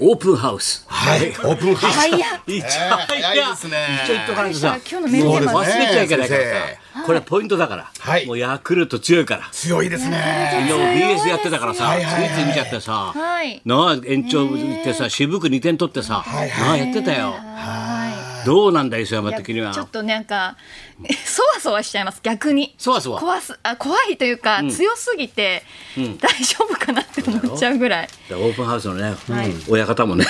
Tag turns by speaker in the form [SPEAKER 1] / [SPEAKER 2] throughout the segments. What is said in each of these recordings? [SPEAKER 1] オープンハウス。
[SPEAKER 2] はい、オープンハウス。
[SPEAKER 3] 早い
[SPEAKER 1] いち
[SPEAKER 2] 早いですね
[SPEAKER 1] ちょっとかんとさ
[SPEAKER 3] 今、日のメニュー
[SPEAKER 1] 忘
[SPEAKER 3] は
[SPEAKER 1] れちゃいけないから
[SPEAKER 2] そうですね
[SPEAKER 1] さ、これはポイントだから、
[SPEAKER 2] はい
[SPEAKER 1] もうヤクルト強いから。
[SPEAKER 2] 強いです
[SPEAKER 1] 昨
[SPEAKER 2] ね。
[SPEAKER 1] 日
[SPEAKER 3] 強いです
[SPEAKER 1] BS
[SPEAKER 3] よ
[SPEAKER 1] やってたからさ、
[SPEAKER 2] は
[SPEAKER 1] つ
[SPEAKER 2] い
[SPEAKER 1] い
[SPEAKER 2] はいはい
[SPEAKER 1] つい見ちゃってさ、
[SPEAKER 3] はい
[SPEAKER 1] なあ延長行ってさ、渋く2点取ってさ、
[SPEAKER 2] はいはい
[SPEAKER 1] なあやってたよ。
[SPEAKER 3] は
[SPEAKER 1] どうなんだ磯山
[SPEAKER 3] い
[SPEAKER 1] 的には。
[SPEAKER 3] ちょっとなんか えそわそわしちゃいます逆に
[SPEAKER 1] そわそわ
[SPEAKER 3] 怖すあ怖いというか、強すぎて、大丈夫かなって思っちゃうぐらい
[SPEAKER 1] オープンハウスのね、
[SPEAKER 3] はい
[SPEAKER 1] 親方もね、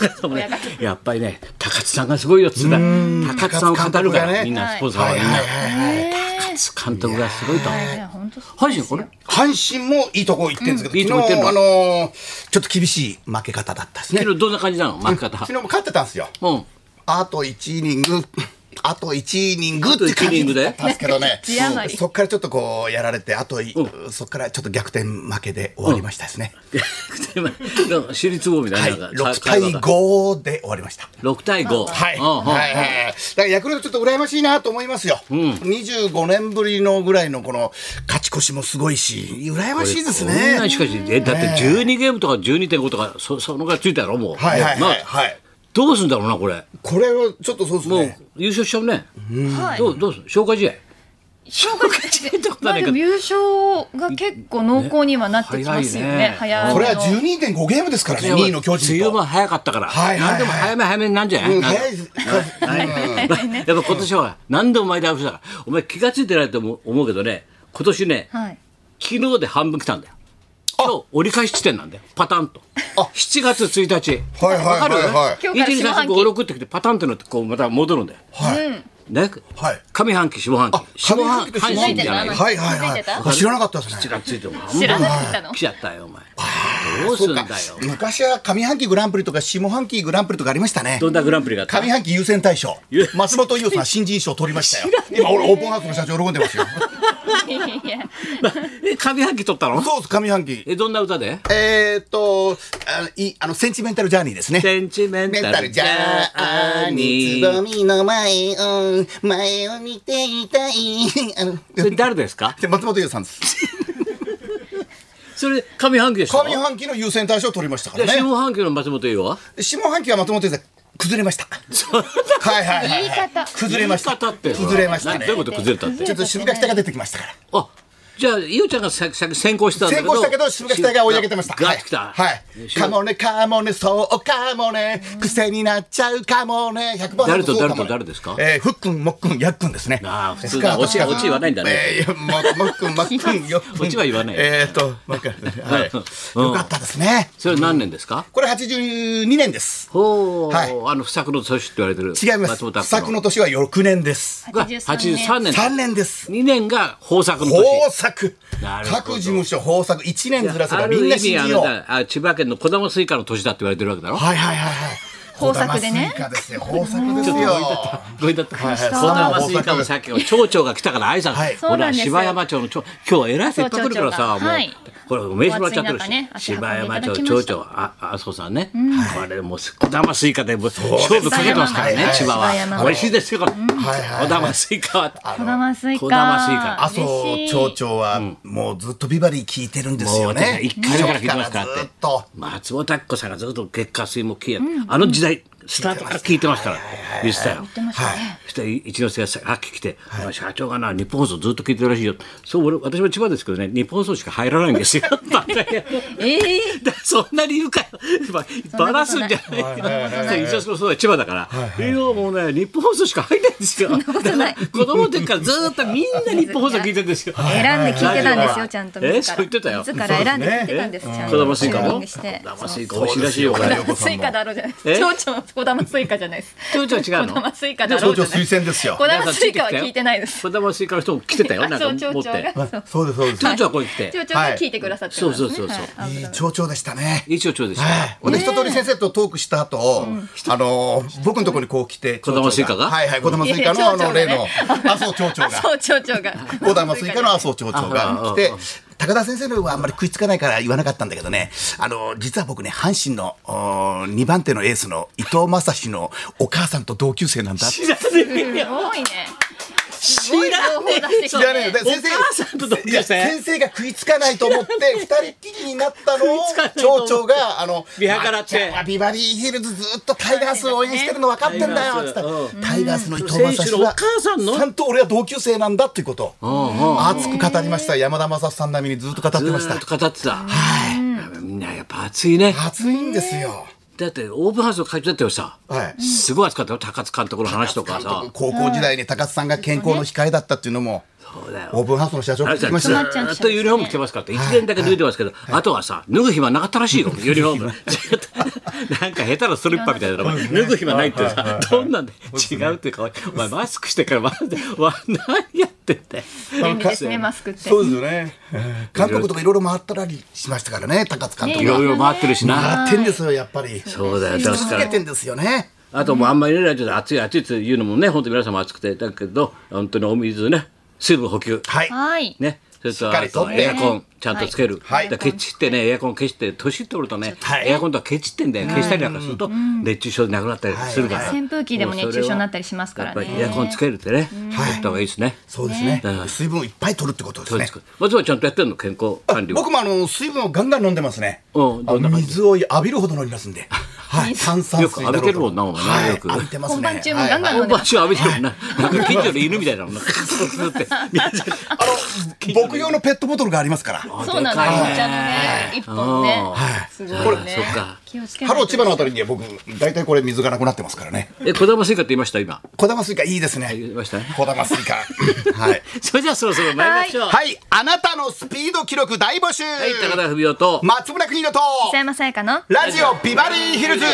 [SPEAKER 1] 親方もね やっぱりね高津さんがすごいよっつうんだ高津さんを語るから、
[SPEAKER 2] 高津監督がね
[SPEAKER 1] みんな
[SPEAKER 3] はい
[SPEAKER 1] スポーツ派はみんな、
[SPEAKER 3] え
[SPEAKER 1] 高津監督がすごいと
[SPEAKER 3] ーいや本当そう
[SPEAKER 1] 阪
[SPEAKER 3] で
[SPEAKER 1] 神
[SPEAKER 3] す
[SPEAKER 1] これ
[SPEAKER 3] よ
[SPEAKER 2] 阪神もいいとこ行ってるんです
[SPEAKER 1] うんいい
[SPEAKER 2] け
[SPEAKER 1] と
[SPEAKER 2] ど、
[SPEAKER 1] こ行ってんの
[SPEAKER 2] 昨日あのーちょっと厳しい負け方だったですね。
[SPEAKER 1] 昨日どんな感じなの負け方
[SPEAKER 2] 昨日も勝ってたんですよ。
[SPEAKER 1] うん
[SPEAKER 2] あと1イニング。あと1イニングっ
[SPEAKER 1] あ
[SPEAKER 2] て感
[SPEAKER 1] と一イニング
[SPEAKER 2] じ
[SPEAKER 1] で
[SPEAKER 2] だったんですけどね
[SPEAKER 3] 字余、り
[SPEAKER 2] そこからちょっとこうやられて、あとい、
[SPEAKER 1] う
[SPEAKER 2] そこからちょっと逆転負けで終わりましたですね。
[SPEAKER 1] なん か私立棒みた
[SPEAKER 2] はいい、
[SPEAKER 1] ななんか
[SPEAKER 2] 6対5で終わりました。
[SPEAKER 1] 6対5
[SPEAKER 2] はい、
[SPEAKER 1] うんうん
[SPEAKER 2] はいはいはいだからヤクルトちょっと羨ましいなと思いますよ、25年ぶりのぐらいのこの勝ち越しもすごいし羨ましいです
[SPEAKER 1] こんな
[SPEAKER 2] ね
[SPEAKER 1] しかしえだって12ゲームとか12.5とかそそのぐらいついたやろもう、
[SPEAKER 2] はいはい
[SPEAKER 1] ま
[SPEAKER 2] はい、
[SPEAKER 1] あ
[SPEAKER 2] はい、
[SPEAKER 1] どうすんだろうなこれ
[SPEAKER 2] これはちょっとそうです
[SPEAKER 1] もう
[SPEAKER 2] ね
[SPEAKER 1] 優勝しちゃうね、
[SPEAKER 3] はい
[SPEAKER 1] どうどうする消化試合
[SPEAKER 3] 消化試合って
[SPEAKER 1] こと
[SPEAKER 3] ま
[SPEAKER 1] はな
[SPEAKER 3] あ
[SPEAKER 1] いけ
[SPEAKER 3] で
[SPEAKER 1] ど
[SPEAKER 3] も優勝が結構濃厚にはなってきますよね
[SPEAKER 1] ね早いね
[SPEAKER 3] 早いの
[SPEAKER 2] これは12.5ゲームですからね2位の巨人
[SPEAKER 1] 梅雨も
[SPEAKER 2] と
[SPEAKER 1] 早かったから、
[SPEAKER 2] はいはいはい
[SPEAKER 1] 何でも早め早めになんじゃない、
[SPEAKER 2] うん
[SPEAKER 1] なんか
[SPEAKER 2] 早いです
[SPEAKER 1] やっぱ今年は何でも前倒しだからお前気が付いてないと思う思うけどね今年ね、
[SPEAKER 3] はい
[SPEAKER 1] 昨日で半分来たんだよ今日折り返し地点なんだよパタンと
[SPEAKER 2] あ
[SPEAKER 1] 7月1日
[SPEAKER 2] はいはいはいは
[SPEAKER 1] わ
[SPEAKER 2] い
[SPEAKER 1] かる
[SPEAKER 3] 今日から下半期
[SPEAKER 1] 12356ってきてパタンってのってこうまた戻るんだよ
[SPEAKER 2] はい、
[SPEAKER 1] ね、
[SPEAKER 2] はい
[SPEAKER 1] 上半期下半期
[SPEAKER 2] あ上半期と下半期
[SPEAKER 1] 下半期じゃない
[SPEAKER 3] うん
[SPEAKER 2] はいはいは
[SPEAKER 3] 気づいてた
[SPEAKER 2] いあ知らなかったです
[SPEAKER 1] 7
[SPEAKER 2] ね
[SPEAKER 1] 月1日
[SPEAKER 3] 知らなかったの
[SPEAKER 1] 来ちゃったよお前どうすんだよ
[SPEAKER 2] 昔は上半期グランプリとか下半期グランプリとかありましたね
[SPEAKER 1] どんなグランプリがあった
[SPEAKER 2] 上半期優先大賞松本伊代さん新人賞取りましたよ今俺オープンハウスの社長喜んでますよ
[SPEAKER 3] いや
[SPEAKER 1] え上半期取ったの
[SPEAKER 2] そうです上半期
[SPEAKER 1] えどんな歌で
[SPEAKER 2] えー、っとあのいあのセンチメンタルジャーニーですね
[SPEAKER 1] センチメン
[SPEAKER 2] メン
[SPEAKER 1] タ
[SPEAKER 2] タ
[SPEAKER 1] ル
[SPEAKER 2] ル
[SPEAKER 1] ジ
[SPEAKER 2] ジ
[SPEAKER 1] ャー
[SPEAKER 2] ャー
[SPEAKER 1] ニ
[SPEAKER 2] ニ
[SPEAKER 1] ー
[SPEAKER 2] ーつぼみの前を前を見ていたいあの
[SPEAKER 1] それ誰ですか
[SPEAKER 2] で 松本伊代さんです
[SPEAKER 1] それ上半期でしょ
[SPEAKER 2] 上半期の優先大賞を取りましたか
[SPEAKER 1] で
[SPEAKER 2] らね
[SPEAKER 1] 下半期の松本伊代は
[SPEAKER 2] 下半期は松本伊代さん崩れましたはいはいはい、はい、
[SPEAKER 3] 言い方
[SPEAKER 2] 崩れまし
[SPEAKER 1] 言
[SPEAKER 2] た
[SPEAKER 1] い方って
[SPEAKER 2] 崩れました
[SPEAKER 1] な
[SPEAKER 2] ね
[SPEAKER 1] どういうこと崩れたって
[SPEAKER 2] ちょっと渋垣隊が出てきましたから
[SPEAKER 1] あじゃあ伊代ちゃんが先先先行してたんだけ
[SPEAKER 2] 先
[SPEAKER 1] ど
[SPEAKER 2] 行したけど、渋垣隊が追い上げてました。
[SPEAKER 1] ガッてきた
[SPEAKER 2] はい。はいかもね、かもね、そうかもね、癖になっちゃうかもね、100%
[SPEAKER 1] 誰と
[SPEAKER 2] そうかも
[SPEAKER 1] 誰
[SPEAKER 2] ね
[SPEAKER 1] と誰ですか
[SPEAKER 2] えーふっくん、もっくん、やっくんですね。
[SPEAKER 1] ああ普通
[SPEAKER 2] スカ
[SPEAKER 1] だ
[SPEAKER 2] ート
[SPEAKER 1] 落ち落ち言わないんだね
[SPEAKER 2] えーいやももっくん、まっくん、よっくん。
[SPEAKER 1] 落ちは言わない
[SPEAKER 2] えーっと、 まっくんはい
[SPEAKER 1] うん
[SPEAKER 2] よかったですね。
[SPEAKER 1] それ何年ですか
[SPEAKER 2] これ82年です。
[SPEAKER 1] ほう、
[SPEAKER 2] はい
[SPEAKER 1] あの不作の年って言われてる
[SPEAKER 2] 違いま
[SPEAKER 1] 松
[SPEAKER 2] す。
[SPEAKER 1] 本明
[SPEAKER 2] 不
[SPEAKER 1] 子
[SPEAKER 2] 作の年は6年です。
[SPEAKER 1] が
[SPEAKER 3] 83
[SPEAKER 1] 83年
[SPEAKER 2] 3年です。
[SPEAKER 1] 2年が豊作の年
[SPEAKER 2] 豊作
[SPEAKER 1] なるほど
[SPEAKER 2] 各事務所豊作1年ずらせ
[SPEAKER 1] あ
[SPEAKER 2] ば
[SPEAKER 1] る
[SPEAKER 2] みん
[SPEAKER 1] 意
[SPEAKER 2] な
[SPEAKER 1] 味
[SPEAKER 2] 新
[SPEAKER 1] あ
[SPEAKER 2] 人
[SPEAKER 1] の
[SPEAKER 2] を
[SPEAKER 1] だあ千葉県の小玉スイカの年だって言われてるわけだろ
[SPEAKER 2] はいはいはいはい。
[SPEAKER 3] 豊作で
[SPEAKER 2] 小玉ス
[SPEAKER 3] ね
[SPEAKER 2] イカですよ。豊作ですよ。
[SPEAKER 1] どうだった小玉スイカもさっきの町長が来たから挨拶、
[SPEAKER 2] はい
[SPEAKER 3] そう
[SPEAKER 1] 俺
[SPEAKER 3] な
[SPEAKER 1] は
[SPEAKER 3] んですよ
[SPEAKER 1] 芝山町の町今日は偉い人いっぱい来るからさ
[SPEAKER 3] そ
[SPEAKER 1] も
[SPEAKER 3] う町長が
[SPEAKER 1] う、
[SPEAKER 3] はい
[SPEAKER 1] これ名刺もらっちゃってる
[SPEAKER 3] お暑
[SPEAKER 1] し、
[SPEAKER 3] い中ね足運んで
[SPEAKER 1] 芝山
[SPEAKER 3] いただ
[SPEAKER 1] 町
[SPEAKER 3] きま
[SPEAKER 1] 町
[SPEAKER 3] した
[SPEAKER 1] 長ああそこさんね、これもう小玉スイカでもう勝負かけてますからね、
[SPEAKER 2] はい
[SPEAKER 1] 千葉
[SPEAKER 3] 芝山
[SPEAKER 1] は
[SPEAKER 3] の
[SPEAKER 1] 美味しいですよ、これ
[SPEAKER 2] はいはい
[SPEAKER 1] 小玉スイカは。
[SPEAKER 3] 小玉スイカ
[SPEAKER 1] 小玉スイカ
[SPEAKER 2] 麻生町長はもうずっとビバリー聞いてるんですよね。
[SPEAKER 1] 一回目から聞いてますからっ
[SPEAKER 2] ずってと。
[SPEAKER 1] 松本明子さんがずっと月下水も消え、あの時代スタートから聞いてますから言ってたよ
[SPEAKER 3] 言ってましたね
[SPEAKER 1] そして一ノ瀬がさっき来て、お前社長がな日本放送ずっと聞いてるらしいよそう俺私も千葉ですけどね日本放送しか入らないん ですよバカ野郎
[SPEAKER 3] ええ
[SPEAKER 1] だそんな理由かよ、まあバラすんじゃないけど、一応そうだ千葉だから、いやもうね、日本放送しか入んないんですよ。そんな
[SPEAKER 3] とない
[SPEAKER 1] 子供の時からずーっとみんな日本放送聞いてるんですよ。
[SPEAKER 3] 選んで聞いてたんですよちゃんと自ら
[SPEAKER 1] えそう言ってたよ
[SPEAKER 3] 自ら選んで聞いてたんですちゃんと
[SPEAKER 1] 小玉スイカ
[SPEAKER 3] チューニン
[SPEAKER 1] も。
[SPEAKER 3] グして
[SPEAKER 1] 小玉スイカ美味しいらしいよ、これ。
[SPEAKER 3] 小玉スイカだろうじゃない
[SPEAKER 1] え
[SPEAKER 3] です 蝶々の小玉スイカじゃないです
[SPEAKER 1] ちょちょ違う
[SPEAKER 3] 小
[SPEAKER 1] の。
[SPEAKER 3] 玉スイカだろうじゃな
[SPEAKER 2] 町
[SPEAKER 3] い
[SPEAKER 2] 長推薦ですよ
[SPEAKER 3] 小玉スイカは聞いてないです
[SPEAKER 1] 小玉スイカの人も来てたよ、な
[SPEAKER 3] あ
[SPEAKER 1] ん
[SPEAKER 3] そ
[SPEAKER 1] か
[SPEAKER 3] う
[SPEAKER 1] 持
[SPEAKER 3] 町
[SPEAKER 1] っ
[SPEAKER 3] 長が
[SPEAKER 1] て。
[SPEAKER 3] そ
[SPEAKER 2] そ
[SPEAKER 3] う
[SPEAKER 2] うですそうです。
[SPEAKER 1] 町長はこう来て。
[SPEAKER 3] 町長が聞いてくださってる
[SPEAKER 1] そうそうそうそう
[SPEAKER 2] いい町長でしたね。
[SPEAKER 1] 一応長でした。
[SPEAKER 2] はい。ほんで一通り先生とトークした後、あのー僕のところにこう来て、
[SPEAKER 1] 小玉スイカが
[SPEAKER 2] はいはい、小玉スイカ
[SPEAKER 3] いや
[SPEAKER 2] のあ
[SPEAKER 3] 町長
[SPEAKER 2] の
[SPEAKER 3] が
[SPEAKER 2] 例
[SPEAKER 3] ね
[SPEAKER 2] の麻生町長
[SPEAKER 3] あ
[SPEAKER 2] が。
[SPEAKER 3] そう町長 が
[SPEAKER 2] 小玉スイカの麻生町長が来て高田先生の方はあんまり食いつかないから言わなかったんだけどねあの実は僕ね阪神の2番手のエースの伊藤正史のお母さんと同級生なんだって
[SPEAKER 1] 知らねえよ
[SPEAKER 3] すごいねすごい情報出してき
[SPEAKER 2] 知らねえ
[SPEAKER 3] て
[SPEAKER 2] よだ
[SPEAKER 3] ね。
[SPEAKER 2] か
[SPEAKER 1] お
[SPEAKER 2] ら先
[SPEAKER 1] 母さんと同
[SPEAKER 2] 生い
[SPEAKER 1] 級
[SPEAKER 2] や
[SPEAKER 1] 生
[SPEAKER 2] 先生が食いつかないと 思って二人っきりになったのを
[SPEAKER 1] 食いつかないと思
[SPEAKER 2] 町
[SPEAKER 1] って
[SPEAKER 2] 長があの
[SPEAKER 1] 見計らって
[SPEAKER 2] まっちゃんはビバリーヒルズずっとタイガースを応援してるの分かってんだよ
[SPEAKER 1] タイガ
[SPEAKER 2] つ
[SPEAKER 1] ース
[SPEAKER 2] ったら
[SPEAKER 1] う
[SPEAKER 2] タイガースの伊藤
[SPEAKER 1] 選手
[SPEAKER 2] 正
[SPEAKER 1] の
[SPEAKER 2] 史
[SPEAKER 1] お
[SPEAKER 2] は
[SPEAKER 1] 母さんの
[SPEAKER 2] ちゃんと俺は同級生なんだっていうことを熱く語りました山田雅人さん並みにずっと語って
[SPEAKER 1] ず
[SPEAKER 2] ました
[SPEAKER 1] ーっと語ってた。はい。みんなやっぱ熱いね。
[SPEAKER 2] 熱いんですよ
[SPEAKER 1] だってオープンハウスの会長だったよさ。
[SPEAKER 2] はい
[SPEAKER 1] すごい熱かったよ高津監督の話とかさ。
[SPEAKER 2] 高校時代に高津さんが健康の控えだったっていうのも
[SPEAKER 1] そうだ
[SPEAKER 2] オ
[SPEAKER 1] よ。
[SPEAKER 2] ープンハウスの社長
[SPEAKER 1] あ
[SPEAKER 2] が
[SPEAKER 1] れ
[SPEAKER 2] 聞
[SPEAKER 1] さ
[SPEAKER 2] きまし
[SPEAKER 1] ず
[SPEAKER 2] たよ
[SPEAKER 1] ーっとユニフォーム着てますからって1年だけ脱いでますけど、あとはさ脱ぐ暇なかったらしいよユニフォーム なんか下手なストリッパーみたいなの脱ぐ暇ないってさどんなんで違うってかお前マスクしてからマジでわ何やってんだよ
[SPEAKER 3] 便利ですねマスクって。
[SPEAKER 2] うですよ ね監督とかいろいろ回ったりしましたからね高津監
[SPEAKER 1] い
[SPEAKER 2] 督
[SPEAKER 1] ろい
[SPEAKER 2] が
[SPEAKER 1] ろ回ってるしな
[SPEAKER 2] 回ってんですよやっぱり
[SPEAKER 1] そうだよだか
[SPEAKER 2] 続け
[SPEAKER 1] ら
[SPEAKER 2] てんですよね
[SPEAKER 1] あともうあんまり入れないと暑い暑いっていうのもね本当に皆さんも暑くてだけど本当にお水ね水分補給
[SPEAKER 2] はい
[SPEAKER 3] はい。
[SPEAKER 1] ね、それ
[SPEAKER 2] っ
[SPEAKER 1] と
[SPEAKER 2] か
[SPEAKER 1] あ
[SPEAKER 2] り
[SPEAKER 1] と
[SPEAKER 2] とね
[SPEAKER 1] エアコンちゃんとつける、
[SPEAKER 2] はい
[SPEAKER 1] だからケチってねエアコンケチって年取るとね、
[SPEAKER 2] はい
[SPEAKER 1] エアコンとかケチってんだよ消したりなんかすると熱中症でなくなったりするから、
[SPEAKER 2] はい
[SPEAKER 3] 扇風機でも熱中症になったりしますから
[SPEAKER 1] やっぱりエアコン
[SPEAKER 3] ね。
[SPEAKER 1] つけるってねやった方がいいですね、
[SPEAKER 2] そうですね
[SPEAKER 1] うん
[SPEAKER 2] 水分をいっぱい取るってことですね
[SPEAKER 1] まずはちゃんとやってるの健康管理は
[SPEAKER 2] 僕もあの水分をガンガン飲んでますね
[SPEAKER 1] うんどんな
[SPEAKER 2] あの
[SPEAKER 1] 感じ
[SPEAKER 2] 水を浴びるほど飲みますんではい炭酸水だろうと
[SPEAKER 1] よく浴びてるもんなお前ね
[SPEAKER 2] はい
[SPEAKER 1] よく
[SPEAKER 2] 浴びてますね
[SPEAKER 3] 本番中もガンガン飲んで
[SPEAKER 1] 本場所浴びてるもんななんか近所の犬みたいなも んなって
[SPEAKER 2] あの僕用のペットボトルがありますから
[SPEAKER 3] そうなんだ
[SPEAKER 1] でかい
[SPEAKER 3] よ。
[SPEAKER 1] ね
[SPEAKER 3] お茶のね一本ね。すごいね
[SPEAKER 1] そっか。
[SPEAKER 3] 気をつけな
[SPEAKER 2] ハ
[SPEAKER 3] いと
[SPEAKER 2] ロー千葉のあたりには僕大体これ水がなくなってますからね
[SPEAKER 1] え小玉スイカって言いました今
[SPEAKER 2] 小玉スイカいいです
[SPEAKER 1] 言い
[SPEAKER 2] ね
[SPEAKER 1] ましたね
[SPEAKER 2] 小玉スイカはい
[SPEAKER 1] それじゃあそろそろ参りましょうはい、
[SPEAKER 2] はいあなたのスピード記録大募集
[SPEAKER 1] 高田文夫と
[SPEAKER 2] 松村邦洋と
[SPEAKER 3] 北山さやかの。
[SPEAKER 2] ラジオビバリーヒルズ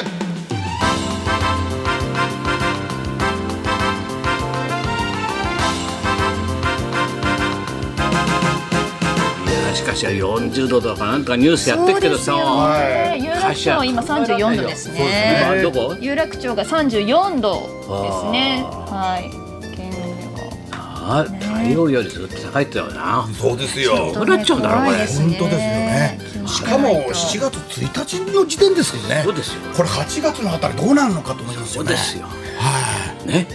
[SPEAKER 1] いやしかし40度とかなんかニュースやってるけどさ、
[SPEAKER 3] そうですよね有楽
[SPEAKER 1] 会社
[SPEAKER 3] 町今三十四度ですね。
[SPEAKER 1] 今どこ
[SPEAKER 3] 有楽町が三十四度ですね。はい。県では
[SPEAKER 1] あ太陽よりずっと高いってだよな
[SPEAKER 2] そうですよ
[SPEAKER 1] どうなっちゃうんだろうこれ
[SPEAKER 3] 怖いです
[SPEAKER 2] 本
[SPEAKER 3] ね
[SPEAKER 2] 当ですよねしかも7月1日の時点ですよね
[SPEAKER 1] そうですよ
[SPEAKER 2] これ8月のあたりどうなるのかと思います
[SPEAKER 1] そ
[SPEAKER 2] よ
[SPEAKER 1] う
[SPEAKER 2] ね
[SPEAKER 1] ですよ
[SPEAKER 2] はい
[SPEAKER 1] ね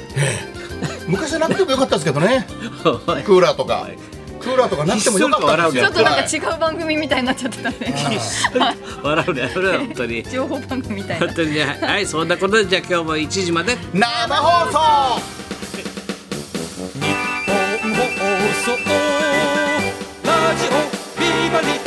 [SPEAKER 2] 昔はなくてもよかったですけどねクーラーとかクーラーとかなくてもよかったんです
[SPEAKER 1] ち
[SPEAKER 3] ち
[SPEAKER 2] よ
[SPEAKER 3] ょっとなん
[SPEAKER 2] は
[SPEAKER 3] か
[SPEAKER 2] い
[SPEAKER 3] 違う番組みたいになっちゃってたね。
[SPEAKER 1] 笑うねそれは本当に
[SPEAKER 3] 情報番組みたいな
[SPEAKER 1] 本。当にねはいそんなことでじゃあ今日も1時まで
[SPEAKER 2] 生放送
[SPEAKER 4] 放送ラジオビバリー